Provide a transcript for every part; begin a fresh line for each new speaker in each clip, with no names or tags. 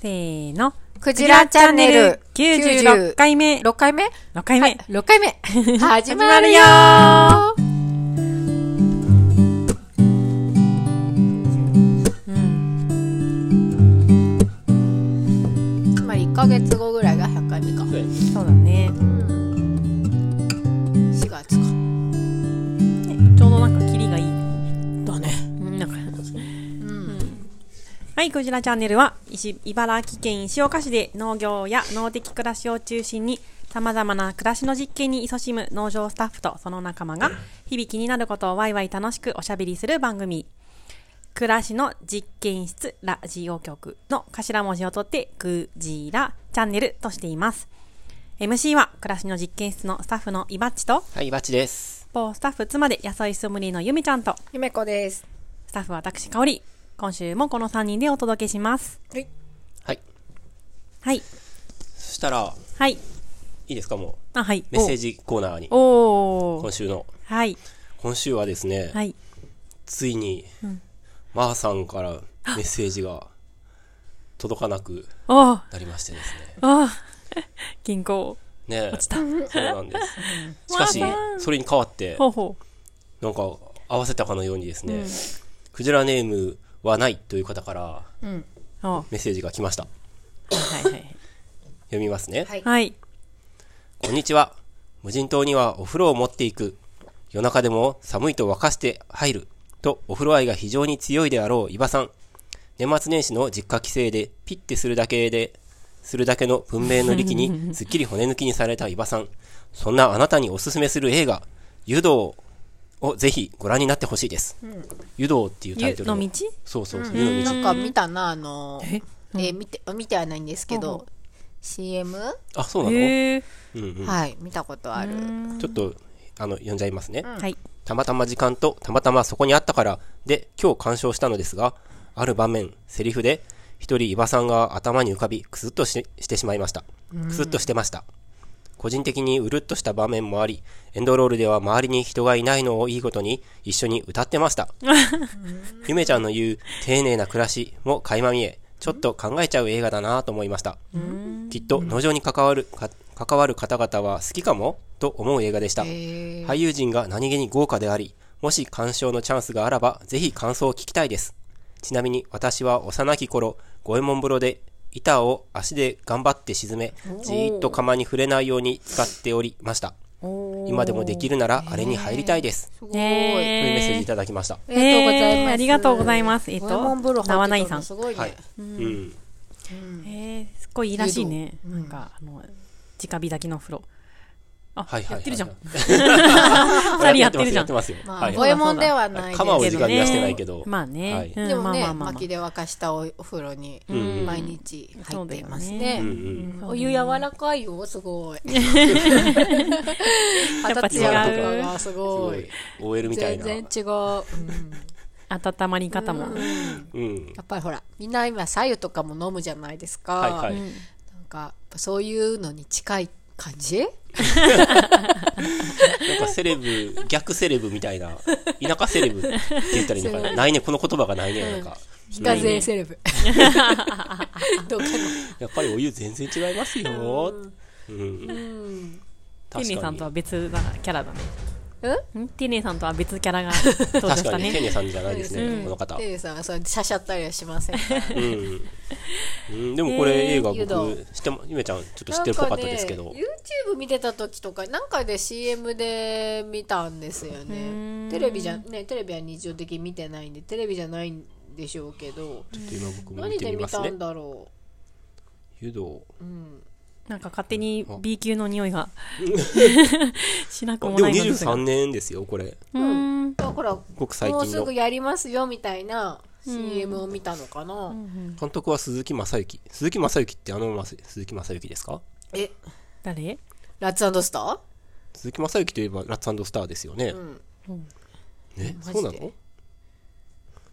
せーの。
クジラチャンネル
96回目。
6回目
6回目。
?6 回目始まるよーうんつまり1ヶ月後ぐらいが100回目か、
そうやね
そうだね。
4月か
ちょうどなんかキリがいい。
だね
なんか。
うん
はい、クジラチャンネルは、石茨城県石岡市で農業や農的暮らしを中心に、様々な暮らしの実験に勤しむ農場スタッフとその仲間が、日々気になることをワイワイ楽しくおしゃべりする番組。暮らしの実験室ラジオ局の頭文字を取って、クジラチャンネルとしています。MC は、暮らしの実験室のスタッフのイバッチと、
はい、バチです。
某スタッフ妻で野菜ソムリエのゆみちゃんと、
ゆめこです
スタッフ私、かおり。今週もこの3人でお届けします。
はい
はい。
はい。
そしたら、
はい。
いいですか、も
あ、はい。
う。メッセージコーナーに、
おお
今
ー。
週の。
はい。
今週はですね、
はい。
ついに、マーさんからメッセージが届かなく
おー
なりましてですね。
おー銀行。
ねえ。
落ちた。
そうなんです。しかし
マーさ、ん
それに代わって、
ほうほ
なんか、合わせたかのようにですね、クジラネームはないという方から
うん
う。おー
メッセージが来ました。
はいはいはい。
読みますね。
はい
はい。
こんにちは。無人島にはお風呂を持っていく。夜中でも寒いと沸かして入る。と、お風呂愛が非常に強いであろう伊庭さん。年末年始の実家帰省で、ピッてするだけで、するだけの文明の 力に、すっきり骨抜きにされた伊庭さん。そんなあなたにおすすめする映画、湯道をぜひご覧になってほしいです。湯道っていうタイトル
湯の道
そうそうそう、湯の
な
道。
んか見たなあの
え
え見て見てはないんですけ
ほう
ど
ほ
CM
あ、そうなの、
へえ。
うんうん。
はい見たことある
ちょっと、あの、読んじゃいますね。
はい。
たまたま時間とたまたまそこにあったからで今日鑑賞したのですが、ある場面、セリフで、一人伊庭さんが頭に浮かび、くすっとししてしまいました。くすっとしてました。個人的にうるっとした場面もあり、エンドロールでは周りに人がいないのをいいことに一緒に歌ってました。ゆめちゃんの言う丁寧な暮らしも垣間見え、ちょっと考えちゃう映画だなと思いました。きっと農場に関わるか関わる方々は好きかもと思う映画でした。
えー
俳優陣が何気に豪華であり、もし鑑賞のチャンスがあらば、ぜひ感想を聞きたいです。ちなみに私は幼き頃、五右衛門風呂で板を足で頑張って沈め、じーっと釜に触れないように使っておりました。今でもできるならあれに入りたいです。
すごい、
と
ね
いうメッセージ
え
いただきました。
ありがとうござい
えー
ます、
ありがとうございますえっと
五右衛門風呂
縄
入
内
ってた
さん
のすごいね、
はい。うん。
へえ、すっごいいいらしいね。なんか、あの、直火炊きの風呂。あ、
はいはいはい。
やってるじゃん。
二
人やってるじゃん
やってますよ。
ま
は
あ
い
五右衛門ではないですけ
釜
ど
を
ね
時間にはしてないけど。
まあね。
はい
うん
で
ま
もね、
あまあまあまあ
薪で沸かしたおお風呂に
ん
毎日入っています
そうだ
ね。
よね
うんうん
お湯柔らかいよ、す ごい。
っぱ違う
形やとかがす
す
ご
ご
い
い。。OL みたい
全
な。
然違う、うん
温まり方も。
うん。
やっぱりほら、みんな今、白湯とかも飲むじゃないですか。
はいはい。
なんか、やっぱそういうのに近い感じ
なんかセレブ、逆セレブみたいな、田舎セレブって言ったらいいのかな。ないね、この言葉がないね、なんか。
非課税セレ ブ。どうかな。
やっぱりお湯全然違いますよ。うん。
うん。
ティ
確
ネさ
か
ん
に
と。は別なキャラだね。
うん
んティネさんとは別キャラが登場
確
し
か
た
に、ケ
ね。
ネさんじゃないですね、この方。
テレさんはそう、しゃしゃったりはしません から。
うん。うんでもこれ映画
えー湯道
僕、知っても、ゆめちゃんちょっと知ってるっぽかったですけ
な
ど
んか。ね、YouTube 見てた時とかなんかで CM で見たんですよねテレビじゃねテレビは日常的に見てないんでテレビじゃないんでしょうけど
ちょっと今僕も見
何
て
で
み
見
ます
た
ね
ん。だろ
湯道。
う、うん、
なんか勝手に B 級の匂いがしな
で
く
も
もないのですが。
23年ですよ、これ。
うーん。
だから
ごく最
もう
近
す
の
ぐ。やりますよみたいな CM を見たのかな、
監督は鈴木正幸。鈴木正幸ってあのまさ鈴木正幸ですか
え
誰
ラッツスター
鈴木正幸といえばラッツスターですよね。
ん
え、
マジで
そうなの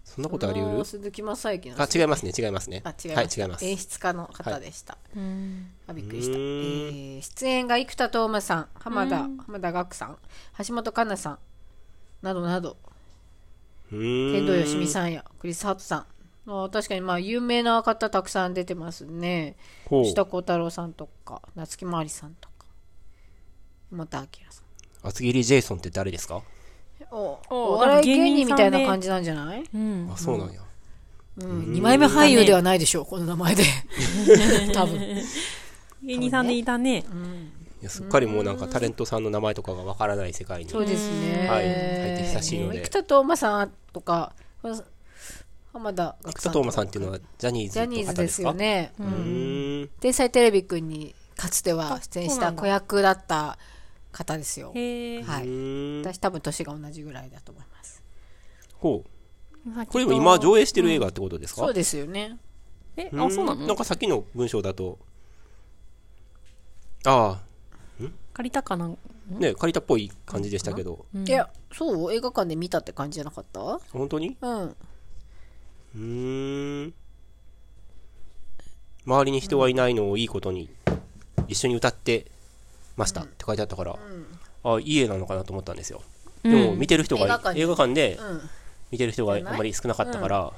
そんなことあり得
の
る
鈴木雅之なん
あ
で、す
違いますね、違いますね。
あ違い
はい
ま、、
違いますす。
演出家の方でした、あびっくりした、え
うー
ー出演が生田斗真さん浜田浜田岳さん橋本環奈さんなどなど
うーん
天童よしみさんやクリス・ハートさんあ確かにまあ有名な方たくさん出てますね
ほう
下。幸太郎さんとか夏木まりさんとか山田明さん
厚切りジェイソンって誰ですか
お
お
お笑い
なんか
芸
芸人
人
さ
み
ん
た
で
いな感じなんじゃない、
うん
あ、そうなんや。
うん、2枚目俳優ではないでしょうこの名 前で多分、
芸人さんでいたね。
いやすっかりもうなんかタレントさんの名前とかがわからない世界に。
そうですね
はい入って久しいので
もう生田斗真さんとか浜田学
生田斗真さんっていうのはジャニーズ
ジャニー
の
ズ
方で
ですす
か
よ。ね、う
うんーん。
天才テレビくんにかつては出演し
そうな
た
んだ
子役だった方ですよ
へえ。
は
う
い
ーん
私多分年が同じぐらいだと思います
ほう。これも今上映してる映画ってことですか
そうですよね
え、
ーん
あ、そうなの
なんかさっきの文章だと、あ
借りたかな
あ、ね、借りたっぽい感じでしたけど、
いやそう映画館で見たって感じじゃなかった
本当に
うん
うーん。周りに人はいないのをいいことに、一緒に歌ってましたって書いてあったから、ああ、いい絵なのかなと思ったんですよ。でも、見てる人が、
映画館で
映画館で
うん
見てる人があ
じゃない
んまり少なかったから、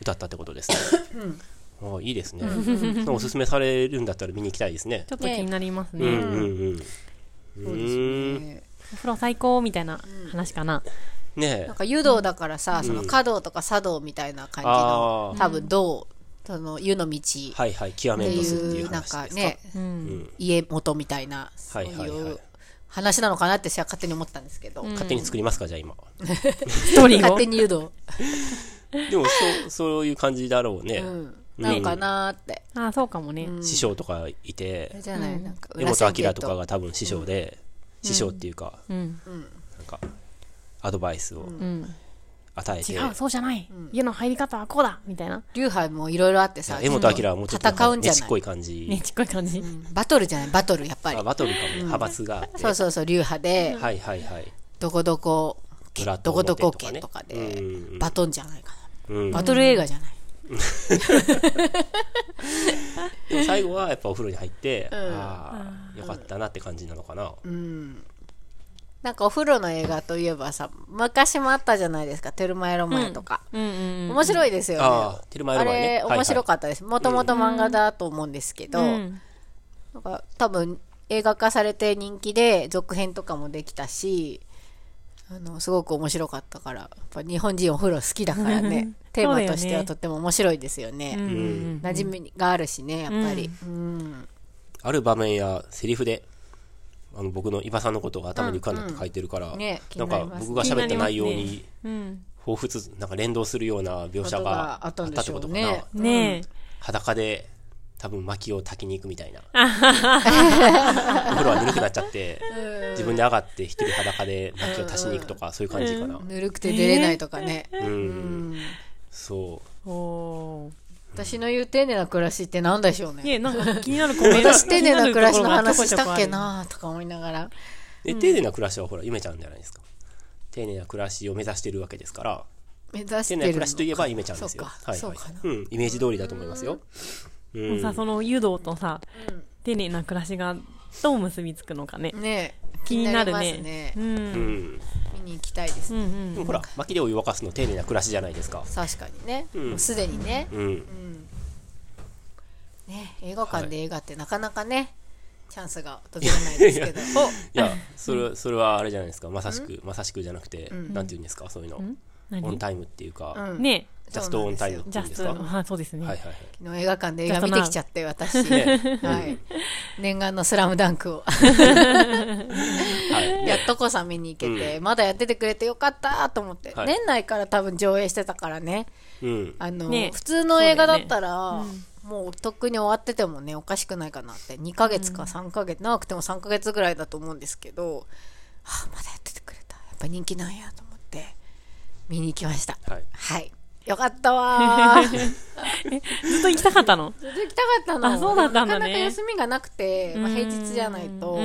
歌ったってことですね。ああ、いいですね。なんかおすすめされるんだったら見に行きたいですね
ち。ょっと気になります
うん
ね。
うんうん。
そうですよね
お風呂最高みたいな話かな。
ねえ
なん。か湯道だからさ、その華道とか茶道みたいな感じの、
あー
多分道その湯の道っ
はいはい、極
て
めんとすって
い
いう
うなん
話
か
ですか。
ね
うん。
家元みたいなそ
は
う
いはいはい
いう話なのかなって私は勝手に思ったんですけど、
勝手に作りますか、じゃあ 今。
ストーリー
勝
を
手。に湯道、
でも、そう、そういう感じだろうね
う。ん、なのかなーって、
あ、そうかもね。
師匠とかいて
あれ、じゃない、なんか
根
裏
本
千
明
家
とかが多分師匠で、師匠っていうか、
うん。
なんか、アドバイスを
うん。
与えて、
違う、そうじゃない。家の入り方はこうだみたいな。
流派もいろいろあってさ
江本明はもうちょっと
戦うんじゃ
ねちっ
な
こ
い
い感
ね、
じ、
ちっこい感じ。
バトルじゃないバトルやっぱり
あバトルかも、派閥があって、
そうそうそう流派で
はいはいはい。
どこどこ家
裏と
どこどこ
表とかね
家とかで
うん
バトンじゃないか
うん
なバトル映画じゃない
でも最後はやっぱお風呂に入って、ああ、よかったなって感じなのかな。
なんかお風呂の映画といえばさ昔もあったじゃないですか「テルマエロマエ」とか、
うんうん。
面白いですよね
ああテルマエロマエね
あれ
はいはい
面白かったですもともと漫画だと思うんですけど、
うん
なんか多分映画化されて人気で続編とかもできたしあのすごく面白かったからやっぱ日本人お風呂好きだからね テーマとしてはとっても面白いですよね
うんうん
馴染みがあるしねやっぱり、うん
ある場面やセリフで、あの僕の伊庭さんのことが頭に浮かんだって書いてるから、
うんね気
な
に
ん
な
か
ります
僕が喋った内容
気にな
に、
うん。
彷彿なんか連動するような描写があ
あ
っ
ったた
っ
ん
て
でし
こ
ょ
と
う
か
ね
な、
ね
裸で多分薪を焚きに行くみた いなお風呂はぬるくなっちゃって自分で上がって一人裸で薪を足しに行くとかそういう感じかな
ぬるくて出れないとかね、
うん、そう
え。おー。
私の言う丁寧な暮らしってなんでしょうね
ねえ、なんか気になるコメント。
私丁寧な暮らしの話した
気に
っけ
るところがちょこちょこある。
なとか思いながら
で丁寧な暮らしはほら夢ちゃんじゃないですか丁寧な暮らしを目指してるわけですから
目指してる
丁寧な
の
暮らしといえば夢ちゃんですよ
そうか
はい
そ
は
う
い
かな、
うん、イメージ通りだと思いますようん
もうさ、その誘導とさ、丁寧な暮らしがどう結びつくのかね。
ね
気になる
気
ね
にり
う
ますね
ん。
うん
見に行きたいですね、
でもほら薪でお湯沸かすの丁寧な暮らしじゃないですか
確かにね、
ん
もうすでにね,、
うん
ね映画館で映画ってなかなかね、チャンスが訪れないですけど
いや、それ、それはあれじゃないですか。まさしく、まさしくじゃなくて、なんて言うんですか、そういうの。オン
何
タイムっていうか、
うん
ね
ジャストオンタイムって
え、ジ
いう
ャ
んで
ス
す
ト
か。
の、
は
あそうです
い
ね。
はい
昨日映画館で映
ちょ
画
っと
見
な
てきちゃって私、
ね
はい、念願の「スラムダンクを
はい。はい。
やっとこさ見に行けて、まだやっててくれてよかったと思って、
はい
年内から多分上映してたからね
うん。
あの、
ね
普通の映画だったらもうとっくに終わっててもねおかしくないかなって2ヶ月か3ヶ月、長くても3ヶ月ぐらいだと思うんですけど、はあ、まだやっててくれたやっぱ人気なんやと思って見に行きました
はい。
はいよかったわー
ずっと行きたかったの。
ずっと行きたかったの
あそうだったんだね
なかなか休みがなくて、まあ、平日じゃないと、
うんう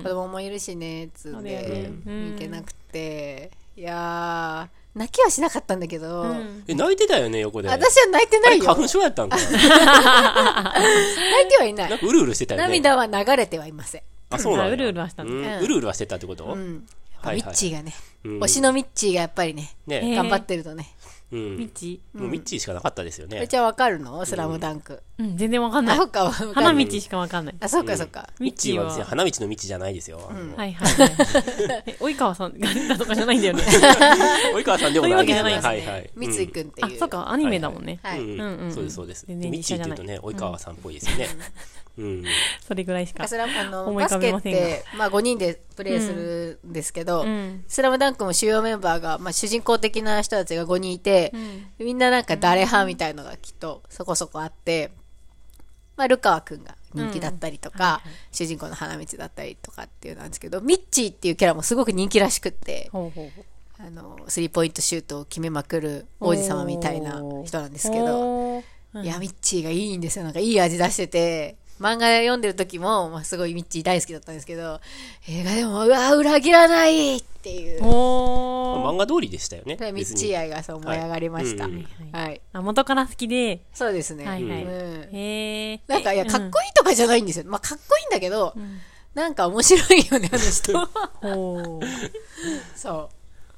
ん
子供もいるしねつ
そ
ん
うだよね
で行けなくて、いやー泣きはしなかったんだけど、
うん。
え、泣いてたよね、横で。
私は泣いて
あ
な
れ
いよ
花
泣
粉症やったんかな。
いてはいな
なん
い
かうるうるしてたよね。
涙は流れてはいません
あ、そうなん
あ
だ。
うるうるはした
うんん
だ
うるうるはしてたってこと
うんやっぱ
はい
ミ
は
ッ
い
チーがね、
うん
推しのミッチーがやっぱりね
え
ね
ー
頑張ってるとね、
うん。
ミッチ
もうミッチーしかなかったですよ
え
ね。
じゃあわかるのスラムダンク。
ーうん、全然わかんな
あ、
い
そ。っか、わかる
花道しかわかんない。
あ、そっかそっか。
ミ
ミ
ッ
ッ
チ
チ
ー
ー
は
は別に花道の道じゃないですよ。あの
はいはい はい。え、及川さんがだとかじゃないんだよね。
及川さんでも
そういう
な
わ
い
け
で
じゃ
す
ない
ね。
ですね
はいはい。
三井くんって
あ
い、う。
そっ。か、アニメだもんね。
は
う
い。
ん。
うん
う
うんん
そうですそうです。
全然
ミッチーっていうとね、及川さんっぽいですよね。うん。
それぐらいしか
あ。それはあの
思い浮
バ
か
ス
べ
ケ
ま
っ
せんが
て、まあ、5人でプレーするんですけど、
うん
スラムダンクも主要メンバーが、まあ、主人公的な人たちが5人いて、みんななんか誰派みたいのがきっとそこそこあって、まあ、ルカワ君が人気だったりとか、主人公の花道だったりとかっていうのなんですけどミッチーっていうキャラもすごく人気らしくって
ほうほうほう。
あのスリーポイントシュートを決めまくる王子様みたいな人なんですけど。
ど。
いや、ミッチーがいいんですよ。なんかいい味出してて、漫画読んでる時も、まあ、すごいミッチー大好きだったんですけど、映画でも、うわー、裏切らないっていう、
おー。
漫画通りでしたよね。
ミッチ
別に
ー愛がそう燃え上がりました。は。
はいいうん
あ、元から好きで、
そうですね。
はいはい
うん
へえ。
なんか、いや、かっ
こ
こいいとかじゃないんですよ。まあ、かっこいいんだけど、なんか面白いよね、あ の人。
ほう。
そ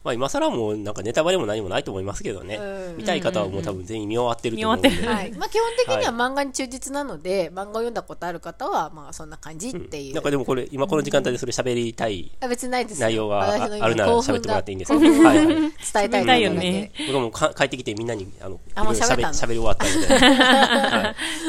まあ今更もうなんかネタバレも何もないと思いますけどね
うん。
見たい方はもう多分全員見終わってると思うんで。
見終
う。
わっ
はい。まあ、基本的には
は
漫画に忠実なので、漫画を読んだことある方は、まあ、そんな感じっていう。
なんかでもこれ、今この時間帯でそれ喋りたい
あ別にないですよ
内容があ
私の今
あるなら
興奮
喋ってもらっていいんです
が
けど。はいはい。
伝えたい
喋りたい
と
よ
ころだけ
ね
僕はもうか帰ってきてみんなに、あの、
あもう
いろい
喋
ろ
ったの
喋喋り終わったので。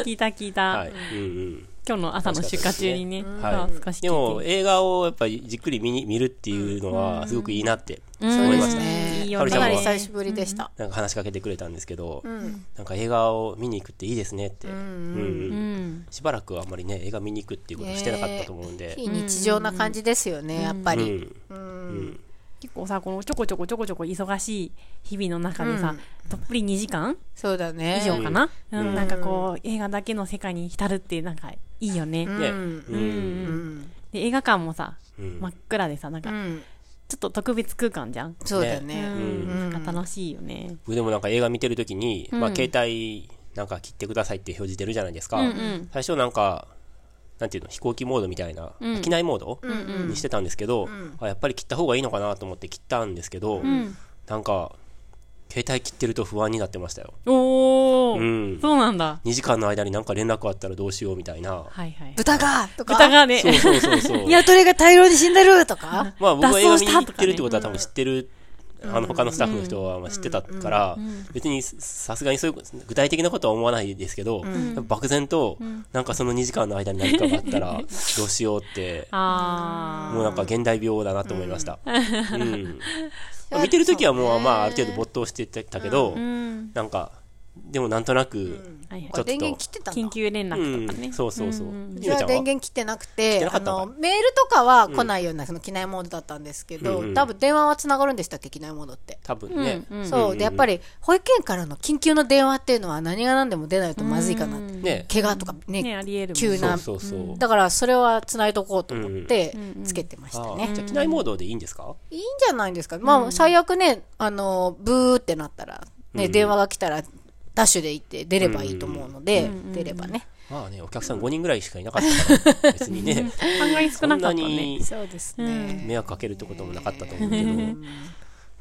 聞いた聞いた
は い。。うんうん。
今日の朝の出荷中にね。そ
楽しか
う
ったですね
少し
で
聞
も
いて。
映画をやっぱりじっくり見に見るっていうのはすごくいいなって
うん
思いました。
ね
いい
は
よ
る
ね。
ちゃ
か
ん
な
は
り久しぶりでした。
なんか話しかけてくれたんですけど、
うん。
なんか映画を見に行くっていいですねって、うんうん
うん。
しばらくはあんまりね映画見に行くっていうことしてなかったと思うんで、
非日常な感じですよね、やっぱ
う
り。
ん
うん。
結構さ、このちょこちょこちょこちょこ忙しい日々の中でさ、どっぷり2時間
そうだね。
以上かな。う。
うんん
なんかこう、映画だけの世界に浸るって、なんかいいよね。
うん。
ね
うん
う
うんん
うん。
で、映画館もさ、
うん
真っ暗でさ、なん
う
か、
ん。
ちょっと特別空間じゃん。
そうだ
う
ね。
ん。
ん
なんか楽しいよね。
僕でもなんか映画見てる時に、ま
う
あ、
ん
携帯なんか切ってくださいって表示出るじゃないですか、
うんうん
最初なんかなんていうの飛行機モードみたいな、
うん
機内モード、
うんうん
にしてたんですけど、あやっぱり切った方がいいのかなと思って切ったんですけど、
うん。
なんか携帯切ってると不安になってましたよ、
お
う
ー。
ん、2
そうなんだ。
時間の間になんか連絡あったらどうしようみたいな
はいはい。
豚がとか。
豚がね
そ。うそうそうそう
ニワトリが大量に死んでるとか。
まあ僕
脱
は映画
走
見
し
に
た
行
とかね
ってるってことは多分知ってる、あの他のスタッフの人はまあ知ってたから、別にさすがにそういう具体的なことは思わないですけど、漠然となんかその2時間の間に何かがあったらどうしようって、
あ
もうなんか現代病だなと思いました。うんまあ見てるときはもうまあある程度没頭してたけど
ー。う、ん。
なんか、でもなんとなく、
はいはい
ちょっと
電源切ってたんだ
緊急連絡とかね。
うんそうそうそう
うん
私は電源切ってなくて
切ってなか
あ
ったのか
のメールとかは来ないような、その機内モードだったんですけど、
うんうん
多分電話はつながるんでしたっけ機内モードって、
多分ね、
そうでやっぱり保育園からの緊急の電話っていうのは何が何でも出ないとまずいかなって、
ね、
怪我とかね
ね、ありえるもん
急
そ
な
うそうそう。
だからそれはつないとこうと思ってつけてました
あ
ね、
あじゃあ機内モードでいいんですか
いいんじゃないですか、まあ最悪ねあのブーってなったら、ね電話が来たらダッシュで行って出ればいいと思うので、出ればね、
まあね、お客さん5人ぐらいしかいなかったから、別に ね、
案外少
そ
なんか
な
ったね
に。
そうですね、
迷惑かけるってこともなかったと思うけど、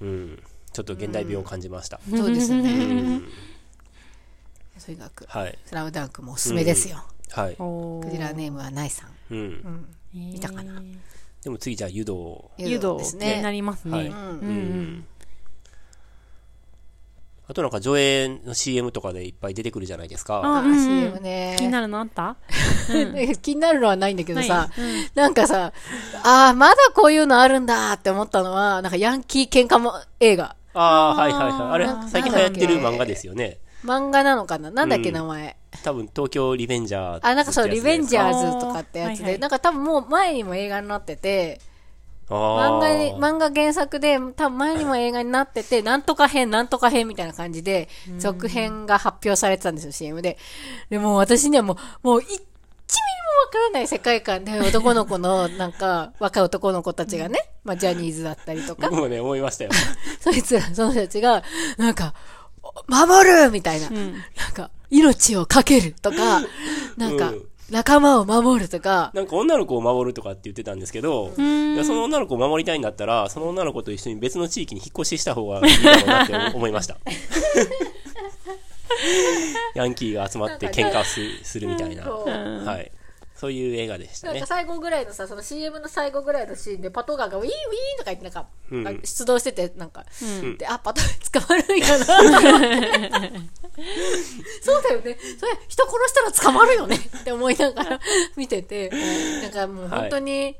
うん、ちょっと現代病を感じました。
そうですね、
うん
とにかく
はい。
スラムダンクもおすすめですよ。
はい。
おー
クジラネームはないさん。
うん。
見
たかな。
でも次じゃあ湯道。
湯道
で
気
す
にな
ね。
ります
はい。
ね。
うん。あとなんか上映の CM とかでいっぱい出てくるじゃないです
あ
か。
あ
うんうん
CM ね。
気になるのあった
気になるのはないんだけどさ
な、
なんかさ、ああ、まだこういうのあるんだって思ったのは、なんかヤンキー喧嘩も映画。
ああー、はいはいはい。
な
あ
ん
れ、
だっ
最
け
近流行ってる漫画ですよね。
漫画なのかななんだっけ
うん
名前。
多分東京リベンジャー
あ、なんかそう、リベンジャーズとかってや
あー
つ
はいは
で、
い
なんか多分もう前にも映画になってて、
ー
漫画に、漫画原作で、多分前にも映画になってて、なんとか編、なんとか編みたいな感じで、続編が発表されてたんですよ、CM で。でもう私にはもう、もう一ミリもわからない世界観で、男の子の、なんか、若い男の子たちがね、まあ、ジャニーズだったりとか、
僕もね、思いましたよ。
そいつら、その人たちが、なんか、お守るみたいな、なんか、命をかけるとか、なんか、
うん
仲間を守るとか、
なんか女の子を守るとかって言ってたんですけど、いやその女の子を守りたいんだったら、その女の子と一緒に別の地域に引っ越しした方がいいだろうなって思思いました。ヤンキーが集まって喧嘩すするみたいな、
こう
はい。そういう映画でした
なん
ね
か。最後ぐらいのさ、その CM の最後ぐらいのシーンで、パトガーがウィーンウィーンとか言って、なんか、
うん
あ出動してて、なんか、
ん
で、あ、パトガー捕まるんや なと思って。そうだよね。それ、人殺したら捕まるよねって思いなが ら見てて、なんかもう本当に、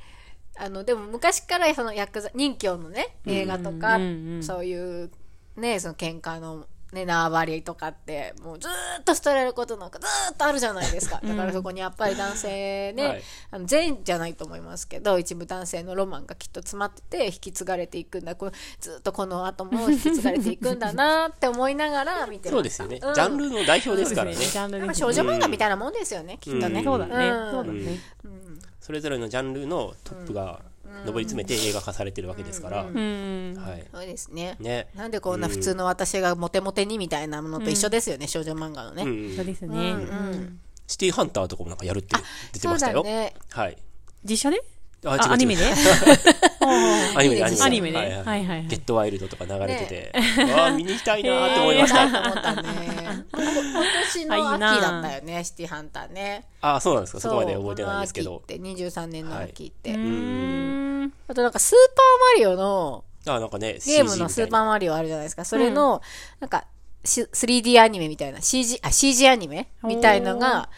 あの、でも昔からそのヤクザ、任侠のね、映画とか、
うんうんうん
そういう、ね、その喧嘩の、ね、縄張りとかって、もうずーっと捨てられることなんかずーっとあるじゃないですか。だからそこにやっぱり男性ね、
はい
あの全員じゃないと思いますけど一部男性のロマンがきっと詰まってて引き継がれていくんだこうずっとこの後も引き継がれていくんだなって思いながら見てました
そうですよね。ジ
ん
ャンルの代表ですからね。
ジャンル
なん
で
か
す
少
よね
女漫画みたいなもんですよね、きっとね、
うん
そうだね、
うん
そうだね、
それぞれのジャンルのトップが上り詰めて映画化されてるわけですから、
うん、
はい。
そうですね
ね。
なんでこんな普通の私がモテモテにみたいなものと一緒ですよね、少女漫画のね、
うん
そうですね、
シティハンターとかもなんかやるって出て
そ
ま
う
した
だ
よ。
ね
はい。
実写で
あ
あアニメ で
アニ
い
メ
い
で、
です
アニメではいはいはい
ゲットワイルドとか流れてて、 ああ、見に行きたいなーって思いまし
だ
た。
と思 ったね今年の秋だったよねシティハンターね
ああ、そうなんですか。そこまで
そう
覚えてないんですけど
こ。の秋って23年の秋って、
うーん
あとなんかスーパーマリオの
ああ、なんかね、
ゲームの
CG
ス
み
ー
たい
パー
な
マリオあるじゃないですか。それの、なんかし 3D アニメみたいな CG、あ、CG アニメみたいのが、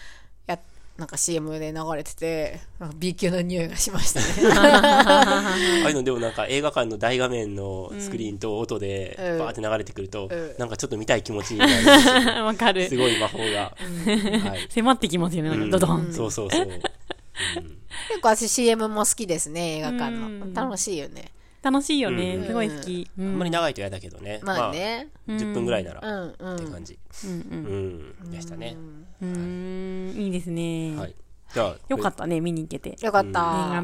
や、なんか CM で流れてて、なんか B 級の匂いがしました ね。
ああいうのでもなんか映画館の大画面のスクリーンと音で
うん
バーって流れてくると、
うん
なんかちょっと見たい気持ちになるんです よ
わかる
すごい魔法 が。はい。
迫ってきますよね、なん
う
か
ん
ドドン、
そうそうそう。
結構私 CM も好きですね、映画館
う
の。
ん
楽しいよね。
楽しいよね、
うん
すごい好き、うん
あんまり長いと嫌だけどね。
まあね。
まあ10分ぐらいなら、
うんう
って
ん。
感じ。
うん
うん。でしたね。
うん、うーんいいですね、
はい。じゃあ、
よかったね見に行けて念
よかっ
願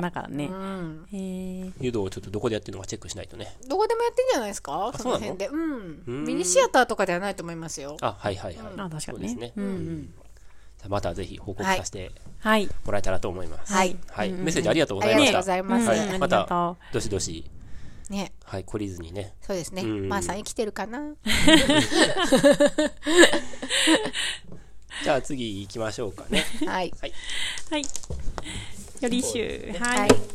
だか
た。
らね、
うん。
へー
誘導をちょっとどこでやってるのかチェックしないとね。
どこでもやってんじゃないですかそ
そうな
の
の
辺で。うん。
ん
ミニシアターとかではないと思いますよ。
あ、はいはいはい。
あ確か
そう
にね
ですね。
うんうん
じゃあまたぜひ報告させて
はい、
もらえたらと思います。
はい。
はい。メッセージありがとうご
あ
ざ
り
い
がとう
ました。
ございます。
うん
はい。ま
ありがと
た、どしどし、
ね。
はい、懲りずにね。
そうですね。
うん
まあさん生きてるか な。
じゃあ次行きましょうかね。
はい。
はい、よりしゅ
そうですね
はい
はい